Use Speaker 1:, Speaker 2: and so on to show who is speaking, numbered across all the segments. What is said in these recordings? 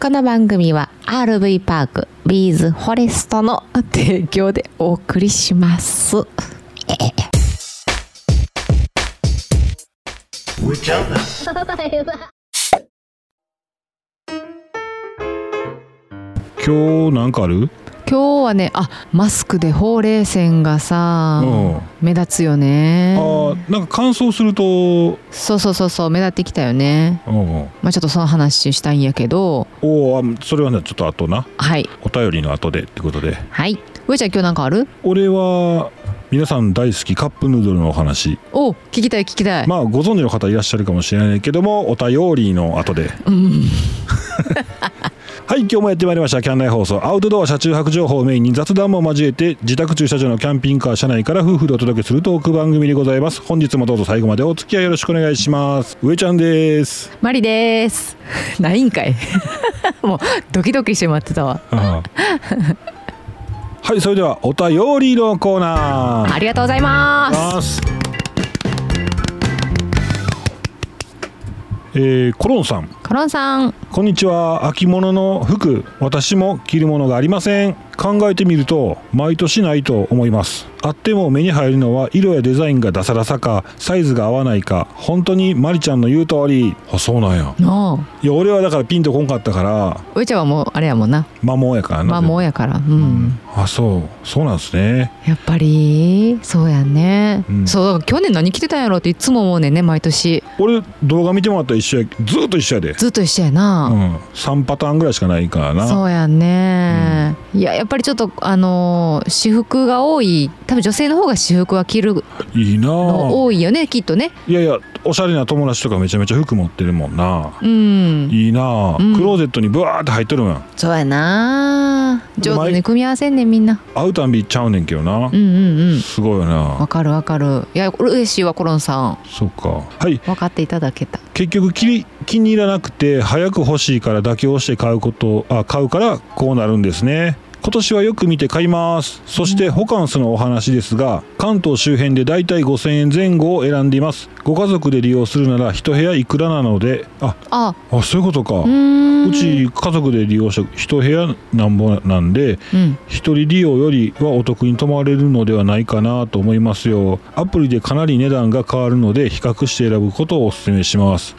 Speaker 1: この番組は RV パークビーズフォレストの提供でお送りします。
Speaker 2: 今日なんかある
Speaker 1: 今日はね、あ、マスクでほうれい線がさ、
Speaker 2: うん
Speaker 1: 目立つよ
Speaker 2: あ
Speaker 1: ね。
Speaker 2: ーなんか乾燥すると
Speaker 1: そうそうそうそう、目立ってきたよね。
Speaker 2: うんうん
Speaker 1: まあちょっとその話したいんやけど、
Speaker 2: おーあそれはねちょっと後な
Speaker 1: はい、
Speaker 2: お便りの後でってことで
Speaker 1: はい。上ちゃん今日なんかある
Speaker 2: 俺は皆さん大好きカップヌードルのお話
Speaker 1: お、聞きたい聞きたい。
Speaker 2: まあご存知の方いらっしゃるかもしれないけどもお便りの後で
Speaker 1: うん。
Speaker 2: はい今日もやってまいりましたキャン内放送アウトドア車中泊情報をメインに雑談も交えて自宅駐車場のキャンピングカー車内から夫婦でお届けするトーク番組でございます本日もどうぞ最後までお付き合いよろしくお願いします上ちゃ んです
Speaker 1: マリです。 ないんかい。もうドキドキして待ってたわ。
Speaker 2: はいそれではお便りのコーナー
Speaker 1: ありがとうございます。
Speaker 2: ますえー、コロンさん
Speaker 1: コロンさん。
Speaker 2: こんにちは秋物の服私も着るものがありません考えてみると毎年ないと思いますあっても目に入るのは色やデザインがダサダサかサイズが合わないか本当にマリちゃんの言う通りあそうなんや
Speaker 1: の
Speaker 2: いや俺はだからピンとこんかったから
Speaker 1: ういちゃんはもうあれやもんな。
Speaker 2: 摩耗やからな
Speaker 1: まあもうやから。うん。
Speaker 2: あそうそうなんですね
Speaker 1: やっぱりそうやね。
Speaker 2: うん
Speaker 1: そうだから去年何着てたんやろっていつも思うねんね毎年。
Speaker 2: 俺動画見てもらったら一緒やずーっと一緒やで、
Speaker 1: ずっと一緒や
Speaker 2: う
Speaker 1: な。
Speaker 2: ん、3パターンぐらいしかないからな
Speaker 1: そうやね、いややっぱりちょっとあのー私服が多い多分女性の方が私服は着る
Speaker 2: いいな
Speaker 1: の
Speaker 2: あ
Speaker 1: 多いよねきっとね
Speaker 2: いやいやおしゃれな友達とかめちゃめちゃ服持ってるもんな
Speaker 1: うん
Speaker 2: いいなあ、
Speaker 1: うん
Speaker 2: クローゼットにブワーって入っとるもん
Speaker 1: そうやな上手に組み合わせんねんみんな
Speaker 2: 会うたんびちゃうねんけどな、
Speaker 1: うんうんうん
Speaker 2: すごいよ
Speaker 1: わ
Speaker 2: な
Speaker 1: かるわかるいや嬉しいわコロンさん
Speaker 2: そっかはい
Speaker 1: 分かっていただけた
Speaker 2: 結局気に気に入らなくて早く欲しいから妥協して買うことあ買うからこうなるんですね今年はよく見て買いますそしてホカンスのお話ですが関東周辺でだいたい5000円前後を選んでいますご家族で利用するなら一部屋いくらなのであ
Speaker 1: あ
Speaker 2: あそういうことか
Speaker 1: うーん
Speaker 2: うち家族で利用した一部屋なんぼなんで
Speaker 1: うん
Speaker 2: 一人利用よりはお得に泊まれるのではないかなと思いますよアプリでかなり値段が変わるので比較して選ぶことをお勧めします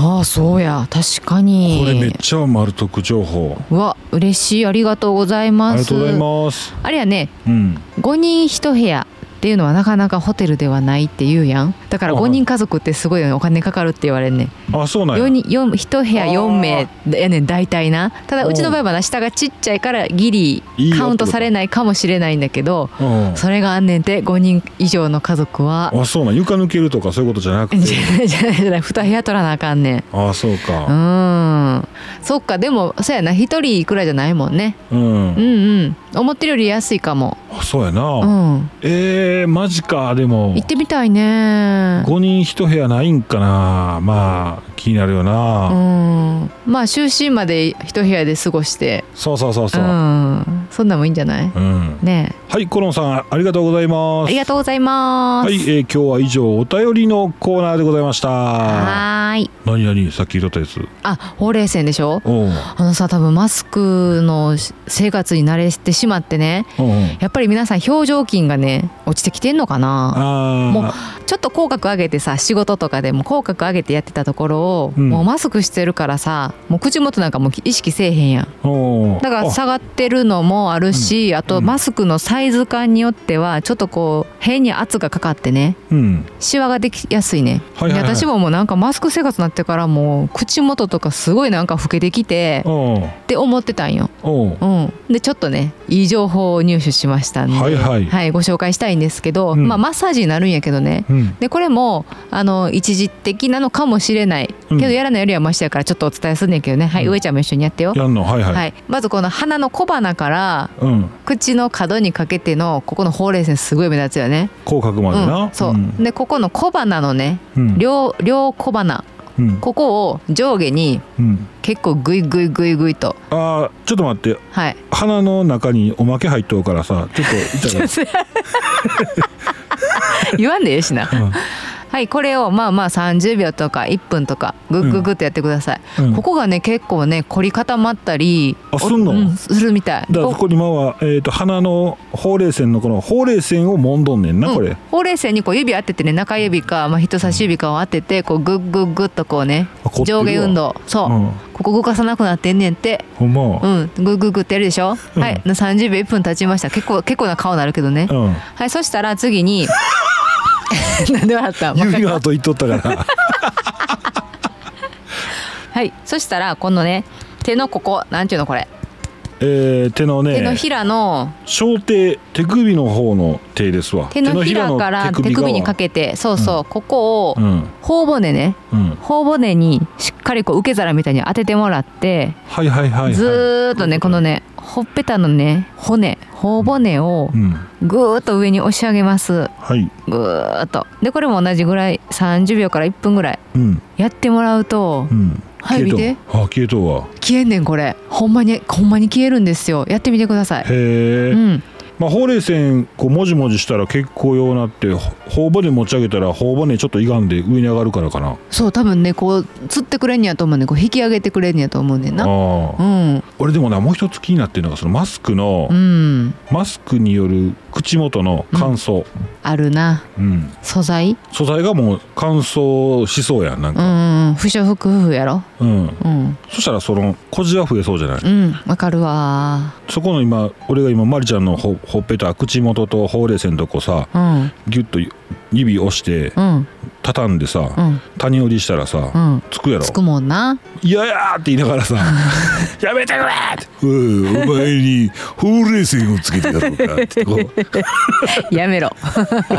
Speaker 1: ああそうや確かに
Speaker 2: これめっちゃ丸得情報
Speaker 1: うわ嬉しいありがとうござい
Speaker 2: あ
Speaker 1: ます
Speaker 2: りがとうございます
Speaker 1: あれやね
Speaker 2: うん
Speaker 1: 5人1部屋っていうのはなかなかホテルではないって言うやんだから
Speaker 2: はい
Speaker 1: 5人家族ってすごいよねお金かかるって言われんねん
Speaker 2: あそうなんや
Speaker 1: 4人4 1部屋
Speaker 2: あー
Speaker 1: 4名やねん大体なただ
Speaker 2: うん
Speaker 1: うちの場合はな下がちっちゃいからギリ
Speaker 2: いいよ
Speaker 1: カウントされないかもしれないんだけど
Speaker 2: うん
Speaker 1: それがあんねんて5人以上の家族は
Speaker 2: あそうなん床抜けるとかそういうことじゃなくて
Speaker 1: じゃないじゃないじゃない2部屋取らなあかんねん
Speaker 2: あそう
Speaker 1: う
Speaker 2: か
Speaker 1: んそっかでもそうやな1人いくらじゃないもんね
Speaker 2: うん、
Speaker 1: うんうん思ってるより安いかも
Speaker 2: あそうやな、
Speaker 1: うん
Speaker 2: えー、マジかでも
Speaker 1: 行ってみたいね
Speaker 2: 5人一部屋ないんかなまあ気になるよ
Speaker 1: う
Speaker 2: な、
Speaker 1: んまあ就寝まで1部屋で過ごして
Speaker 2: そうそうそうそうう、うん
Speaker 1: んそんなんもいいんじゃないねえ
Speaker 2: はいコロンさんありがとうございます
Speaker 1: ありがとうございます
Speaker 2: はい、えー今日は以上お便りのコーナーでございました
Speaker 1: はーい
Speaker 2: 何何さっき言っとったやつ
Speaker 1: あほうれい線でしょ
Speaker 2: おう
Speaker 1: あのさ多分マスクの生活に慣れてしまってね
Speaker 2: おうおう
Speaker 1: やっぱり皆さん表情筋がね落ちてきてんのかな
Speaker 2: あー
Speaker 1: もうちょっと口角上げてさ仕事とかでも口角上げてやってたところを、
Speaker 2: うん
Speaker 1: もうマスクしてるからさもう口元なんかもう意識せえへんやん
Speaker 2: おう
Speaker 1: だから
Speaker 2: あ
Speaker 1: 下がってるのもあるしあと
Speaker 2: うん
Speaker 1: マスクのサイズ感によってはちょっとこう変に圧がかかってね
Speaker 2: うん
Speaker 1: シワができやすいね、
Speaker 2: はいはいはい
Speaker 1: で私ももうなんかマスク生活になってからもう口元とかすごいなんか老けてきて
Speaker 2: おう
Speaker 1: って思ってたんよ、
Speaker 2: おう
Speaker 1: うん、でちょっとねいい情報を入手しましたんで、
Speaker 2: はいはい
Speaker 1: ご紹介したいんですけど、
Speaker 2: うん
Speaker 1: まあ、マッサージになるんやけどね
Speaker 2: うん
Speaker 1: でこれもあの一時的なのかもしれないけ
Speaker 2: うん
Speaker 1: どやらないよりはマシだからちょっとお伝えすんねんけどね、はい
Speaker 2: うん
Speaker 1: 上ちゃんも一緒にやってよ、
Speaker 2: やんのはいはい、
Speaker 1: はい、まずこの鼻の小鼻から
Speaker 2: うん
Speaker 1: 口の角にかけてのここのほうれい線すごい目立つよね、
Speaker 2: 口角までな、
Speaker 1: うん、そう、
Speaker 2: ん
Speaker 1: でここの小鼻のね
Speaker 2: うん
Speaker 1: 両両小鼻
Speaker 2: うん
Speaker 1: ここを上下に
Speaker 2: うん
Speaker 1: 結構グイグイグイグイと
Speaker 2: あーちょっと待って
Speaker 1: はい
Speaker 2: 鼻の中におまけ入っと うからさちょっと痛い
Speaker 1: 言わんでええしなはいこれをまあまあ30秒とか1分とかグッグッグッとやってください、
Speaker 2: うん
Speaker 1: ここがね結構ね凝り固まったり
Speaker 2: あすんの
Speaker 1: うん、するみたい
Speaker 2: だから
Speaker 1: お
Speaker 2: ここに今は、えー、と鼻のほうれい線のこのほうれい線をもんどんねんな、
Speaker 1: うん
Speaker 2: これ
Speaker 1: ほうれい線にこう指当ててね中指か、まあ、人差し指かを当ててこうグッグッグッとこうね
Speaker 2: あ凝ってるわ
Speaker 1: 上下運動そう、
Speaker 2: うん
Speaker 1: ここ動かさなくなってんねんって
Speaker 2: ほんま
Speaker 1: うんグッグッグッってやるでしょ、
Speaker 2: うん
Speaker 1: はいな30秒1分経ちました結構結構な顔なるけどね、
Speaker 2: うん、
Speaker 1: はいそしたら次になんで笑った
Speaker 2: 指の後言っとった から
Speaker 1: はいそしたらこのね手のここなんていうのこれ
Speaker 2: えー手のね
Speaker 1: 手のひらの
Speaker 2: 小手手首の方の手ですわ
Speaker 1: 手のひらから手首にかけ
Speaker 2: け
Speaker 1: てそうそう、ここを
Speaker 2: うん
Speaker 1: 頬骨ね
Speaker 2: うん
Speaker 1: 頬骨にしっかりこう受け皿みたいに当ててもらって、
Speaker 2: はいはいはいはい
Speaker 1: ずーっとねこのねほっぺたのね骨頬骨を
Speaker 2: うん
Speaker 1: ぐーっと上に押し上げます
Speaker 2: はい
Speaker 1: ぐーっとでこれも同じぐらい30秒から1分ぐらい
Speaker 2: うん
Speaker 1: やってもらうと
Speaker 2: うん
Speaker 1: はい
Speaker 2: 消え
Speaker 1: 見
Speaker 2: とんあ消えとうわ
Speaker 1: 消えんねんこれほんまにほんまに消えるんですよやってみてください
Speaker 2: へえ、
Speaker 1: うん
Speaker 2: まあ、ほうれい線こうもじもじしたら結構ようなってほ頬骨持ち上げたら頬骨ちょっと歪んで上に上がるからかな
Speaker 1: そう多分ねこう釣ってくれんやと思うねんこう引き上げてくれんやと思うねんな
Speaker 2: あー
Speaker 1: うん
Speaker 2: 俺でもなもう一つ気になってるのがそのマスクの、
Speaker 1: うん
Speaker 2: マスクによる口元の乾燥、
Speaker 1: あるな
Speaker 2: うん
Speaker 1: 素材
Speaker 2: 素材がもう乾燥しそうやんなん
Speaker 1: う
Speaker 2: か、
Speaker 1: んうん不織布夫婦やろ
Speaker 2: うん、
Speaker 1: うん
Speaker 2: そしたらその小じは増えそうじゃない、
Speaker 1: うんわかるわ
Speaker 2: そこの今俺が今まりちゃんのほほっぺた口元とほうれい線のとこさ
Speaker 1: うん
Speaker 2: ギュッと指押して
Speaker 1: うん
Speaker 2: 畳んでさ、
Speaker 1: うん
Speaker 2: 谷折りしたらさ、
Speaker 1: うん
Speaker 2: つくやろ
Speaker 1: つくもんな
Speaker 2: 嫌やーって言いながら さ「やめてくれ!」って「うんお前にほうれい線をつけてやろうか」ってこう、
Speaker 1: やめろ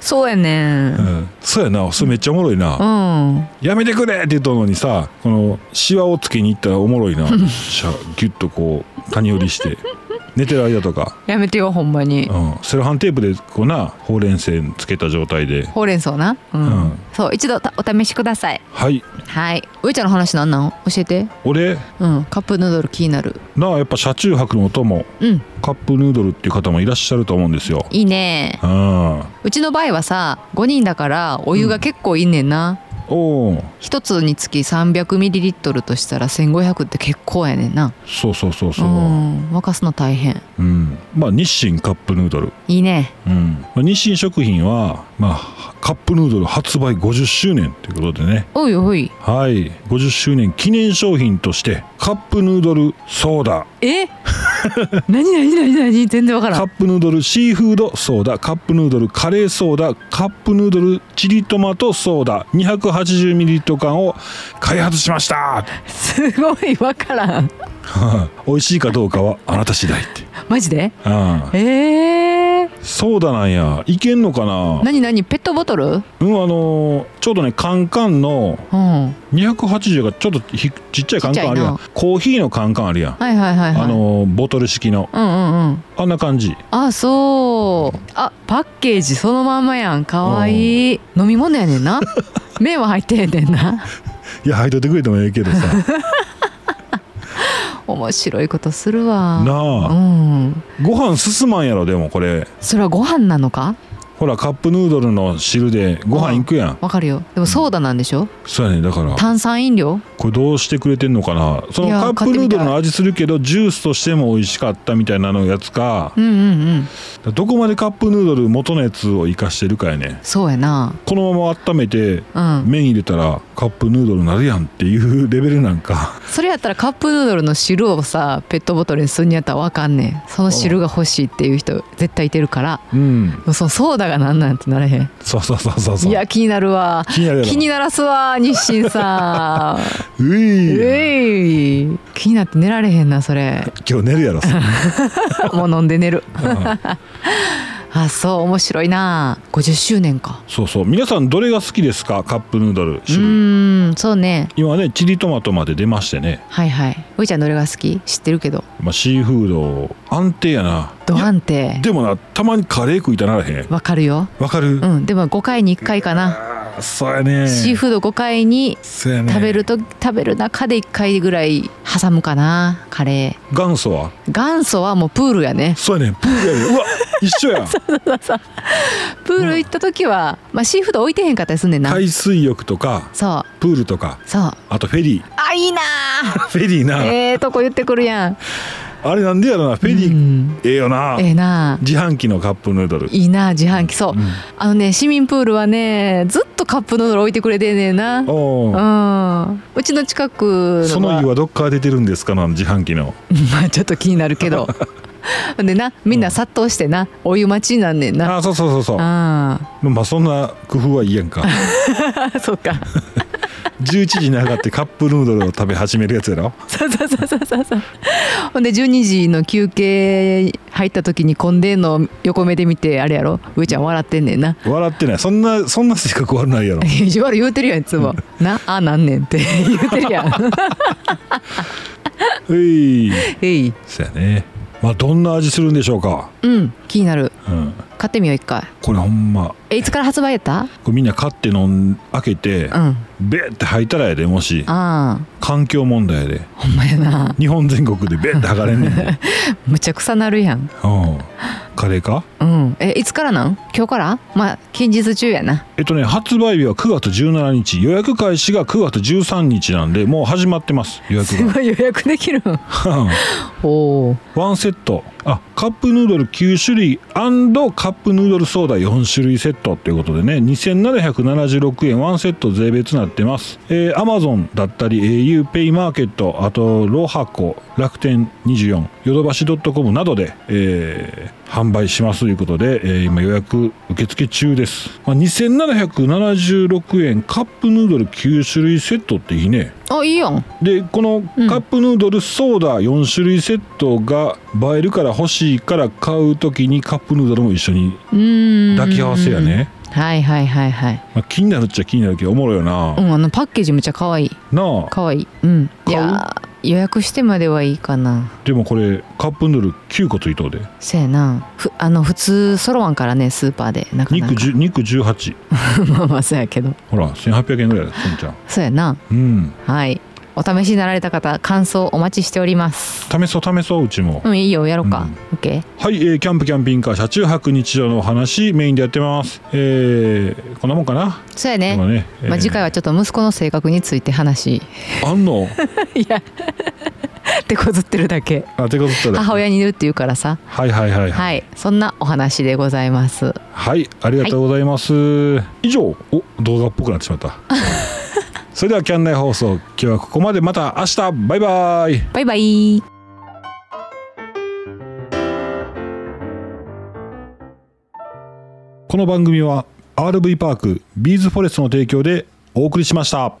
Speaker 1: そうやね
Speaker 2: うんん、そうやなそれめっちゃおもろいな、
Speaker 1: うん
Speaker 2: やめてくれって言ったのにさこのシワをつけに行ったらおもろい なしゃギュッとこう谷折りして寝てる間とか、
Speaker 1: やめてよほんまに
Speaker 2: うん、セロハンテープでこうなほうれん線つけた状態で
Speaker 1: ほうれん草なう
Speaker 2: うんん
Speaker 1: そう一度たお試しください
Speaker 2: はい
Speaker 1: はい上ちゃんの話なんなん教えて
Speaker 2: 俺
Speaker 1: うんカップヌードル気になる
Speaker 2: なあやっぱ車中泊のお供
Speaker 1: うん
Speaker 2: カップヌードルっていう方もいらっしゃると思うんですよ
Speaker 1: いいね
Speaker 2: うん
Speaker 1: うちの場合はさ5人だからお湯が結構いんねんな、
Speaker 2: おお
Speaker 1: 一つにつき300ミリリットルとしたら1500って結構やねんな
Speaker 2: そうそうそうそうう、うん
Speaker 1: ん沸かすの大変
Speaker 2: まあ日清カップヌードル、
Speaker 1: いいね
Speaker 2: うんまあ、日清食品は、まあ、カップヌードル発売50周年ということでね
Speaker 1: おいおい
Speaker 2: はい50周年記念商品としてカップヌードルソーダ
Speaker 1: え何何何何全然わから
Speaker 2: カ
Speaker 1: ん
Speaker 2: ップヌードルシーフードソーダカップヌードルカレーソーダカップヌードルチリトマトソーダ 280ml 缶を開発しました
Speaker 1: すごいわからん
Speaker 2: 美味しいかどうかはあなた次第って
Speaker 1: マジで
Speaker 2: ああ
Speaker 1: えー、
Speaker 2: ソーダなんやいけんのかな
Speaker 1: 何何ペットボトルうん
Speaker 2: うんあのーちょうどねカンカンの
Speaker 1: はい
Speaker 2: 280がちょっとひちっちゃいカンカンあるやん
Speaker 1: ち
Speaker 2: コーヒーのカンカンあるやん、
Speaker 1: はいはいはい
Speaker 2: あのーボトル式の
Speaker 1: うんうんうん
Speaker 2: あんな感じ
Speaker 1: あそうあパッケージそのまんまやんかわいい飲み物やねん な麺は入ってへんねんない
Speaker 2: や履いといてくれてもええ けどさ
Speaker 1: 面白いことするわ
Speaker 2: な
Speaker 1: う
Speaker 2: あ
Speaker 1: ん
Speaker 2: ご飯進まんやろでもこれ
Speaker 1: それはご飯なのか
Speaker 2: ほらカップヌードルの汁でご飯いくやん
Speaker 1: わかるよでもソーダなんでしょ
Speaker 2: そうやねだから
Speaker 1: 炭酸飲料
Speaker 2: これどうしてくれてんのかなその
Speaker 1: いや
Speaker 2: カップヌードルの味するけどジュースとしても美味しかったみたいなのやつか
Speaker 1: うんうんうん
Speaker 2: どこまでカップヌードル元のやつを生かしてるかやね
Speaker 1: そうやな
Speaker 2: このまま温めて
Speaker 1: うん
Speaker 2: 麺入れたらカップヌードルになるやんっていうレベルなんか
Speaker 1: それやったらカップヌードルの汁をさペットボトルにすんやったらわかんねんその汁が欲しいっていう人絶対いてるから
Speaker 2: うん
Speaker 1: でもそのソーダがなんなんてなれへん
Speaker 2: そうそうそうそうそう
Speaker 1: いや気になるわ
Speaker 2: 気になるやろ
Speaker 1: 気にならすわ日清さん
Speaker 2: う い
Speaker 1: えい気になって寝られへんなそれ
Speaker 2: 今日寝るやろさ、
Speaker 1: もう飲んで寝る
Speaker 2: うん
Speaker 1: あそう面白いな50周年か
Speaker 2: そうそう皆さんどれが好きですかカップヌードル
Speaker 1: う
Speaker 2: 種類
Speaker 1: ーんそうね
Speaker 2: 今ねチリトマトまで出ましてね、
Speaker 1: はいはいういちゃんどれが好き知ってるけど
Speaker 2: まあ、シーフード安定やな
Speaker 1: ド
Speaker 2: いや
Speaker 1: 安定
Speaker 2: でもなたまにカレー食いたならへん
Speaker 1: わかるよ
Speaker 2: わかる、
Speaker 1: うんでも5回に1回かな
Speaker 2: やそうやね
Speaker 1: シーフード5回に
Speaker 2: そうやね
Speaker 1: 食べると食べる中で1回ぐらい挟むかなカレ
Speaker 2: 元祖は
Speaker 1: ー元祖はもうプールやね
Speaker 2: そうやねプールやねうわ 一緒や
Speaker 1: プール行った時は、まあ、シーフード置いてへんかったりすんねんな、
Speaker 2: 海水浴とか
Speaker 1: そう
Speaker 2: プールとか
Speaker 1: そう
Speaker 2: あとフェリー
Speaker 1: あいいなあ
Speaker 2: フェリーな、
Speaker 1: ええとこ言ってくるやん
Speaker 2: あれなんでやろなフェリー、
Speaker 1: うん
Speaker 2: ええよな
Speaker 1: ええなあ
Speaker 2: 自販機のカップヌードル
Speaker 1: いいなあ自販機そう、
Speaker 2: うん
Speaker 1: あのね市民プールはねずっとカップヌードル置いてくれてんねんな
Speaker 2: おー
Speaker 1: うんうちの近く
Speaker 2: そ
Speaker 1: のは
Speaker 2: の湯はどっから出てるんですかの自販機の
Speaker 1: まあちょっと気になる けどでなみんな殺到してな、お湯待ちになんねんな
Speaker 2: あそうそうそうそう
Speaker 1: あ
Speaker 2: まあそんな工夫はいいや んか
Speaker 1: あそう か
Speaker 2: 11時に上がってカップヌードルを食べ始めるやつやろ
Speaker 1: そうそうそうそうそうそうほんで12時の休憩入った時に混んでんのを横目で見てあれやろ上ちゃん笑ってんねんな
Speaker 2: 笑ってないそんなそんな性格悪ないやろ
Speaker 1: 意地悪言うてるやんいつもなあなんねんって 言うてるやん
Speaker 2: うい
Speaker 1: えい
Speaker 2: そやねまあどんな味するんでしょうか、
Speaker 1: うん気になる
Speaker 2: うん、
Speaker 1: 買ってみよう一回
Speaker 2: これほんま
Speaker 1: えいつから発売やった
Speaker 2: これみんな買って飲ん開けて
Speaker 1: うん
Speaker 2: ベーって吐いたらやでもし
Speaker 1: あ
Speaker 2: 環境問題やで
Speaker 1: あほんまやな
Speaker 2: 日本全国でベーって吐かれんねんで、うん、
Speaker 1: むちゃくさなるやん
Speaker 2: カレーか
Speaker 1: うんえいつからなん今日からまあ近日中や な
Speaker 2: えっとね発売日は9月17日予約開始が9月13日なんでもう始まってます予約
Speaker 1: す
Speaker 2: が
Speaker 1: ごい予約で きるおお
Speaker 2: ワンセットあカップヌードル9種類カップヌードルソーダ4種類セットっていうことでね2776円ワンセット税別になってますえー、Amazon だったり auPay マーケットあとロハコ楽天24ヨドバシ .com などで、えー販売しますということで、えー今予約受付中です、まあ、2776円カップヌードル9種類セットっていいね
Speaker 1: あいいやん
Speaker 2: でこの
Speaker 1: うん
Speaker 2: カップヌードルソーダ4種類セットが映えるから欲しいから買う時にカップヌードルも一緒に
Speaker 1: うーん
Speaker 2: 抱き合わせやね、
Speaker 1: はいはいはいはい
Speaker 2: まあ、気になるっちゃ気になるけどおもろいよな、
Speaker 1: うんあのパッケージめっちゃ可愛い
Speaker 2: なあ
Speaker 1: 可愛いうんい
Speaker 2: 買う
Speaker 1: やー予約してまではいいかな
Speaker 2: でもこれカップヌードル9個ついとうで
Speaker 1: せやなふあの普通揃わんからねスーパーでなかなか
Speaker 2: 肉10肉18
Speaker 1: まあまあそうやけど
Speaker 2: ほら1800円ぐらいだしんちゃん
Speaker 1: そうやな
Speaker 2: うん
Speaker 1: はいお試しになられた方感想お待ちしております
Speaker 2: 試そう試そううちも、
Speaker 1: うんいいよやろう
Speaker 2: う
Speaker 1: か
Speaker 2: ん
Speaker 1: OK
Speaker 2: はい、えーキャンプキャンピングカー車中泊日常のお話メインでやってますえー、こんなもんかな
Speaker 1: そうやね
Speaker 2: 今ね、えー
Speaker 1: まあ次回はちょっと息子の性格について話い
Speaker 2: あんの
Speaker 1: や ってこずってるだけ
Speaker 2: あてこずったら
Speaker 1: 母親にいるって言うからさ
Speaker 2: はいはいはいはい
Speaker 1: はいそんなお話でございます
Speaker 2: はい、ありがとうございます。以上、お、動画っぽくなってしまった。それではキャンナイ放送、今日はここまで、また明日、バイバイ。
Speaker 1: バイバイ
Speaker 2: この番組は RV パークビーズフォレストの提供でお送りしました。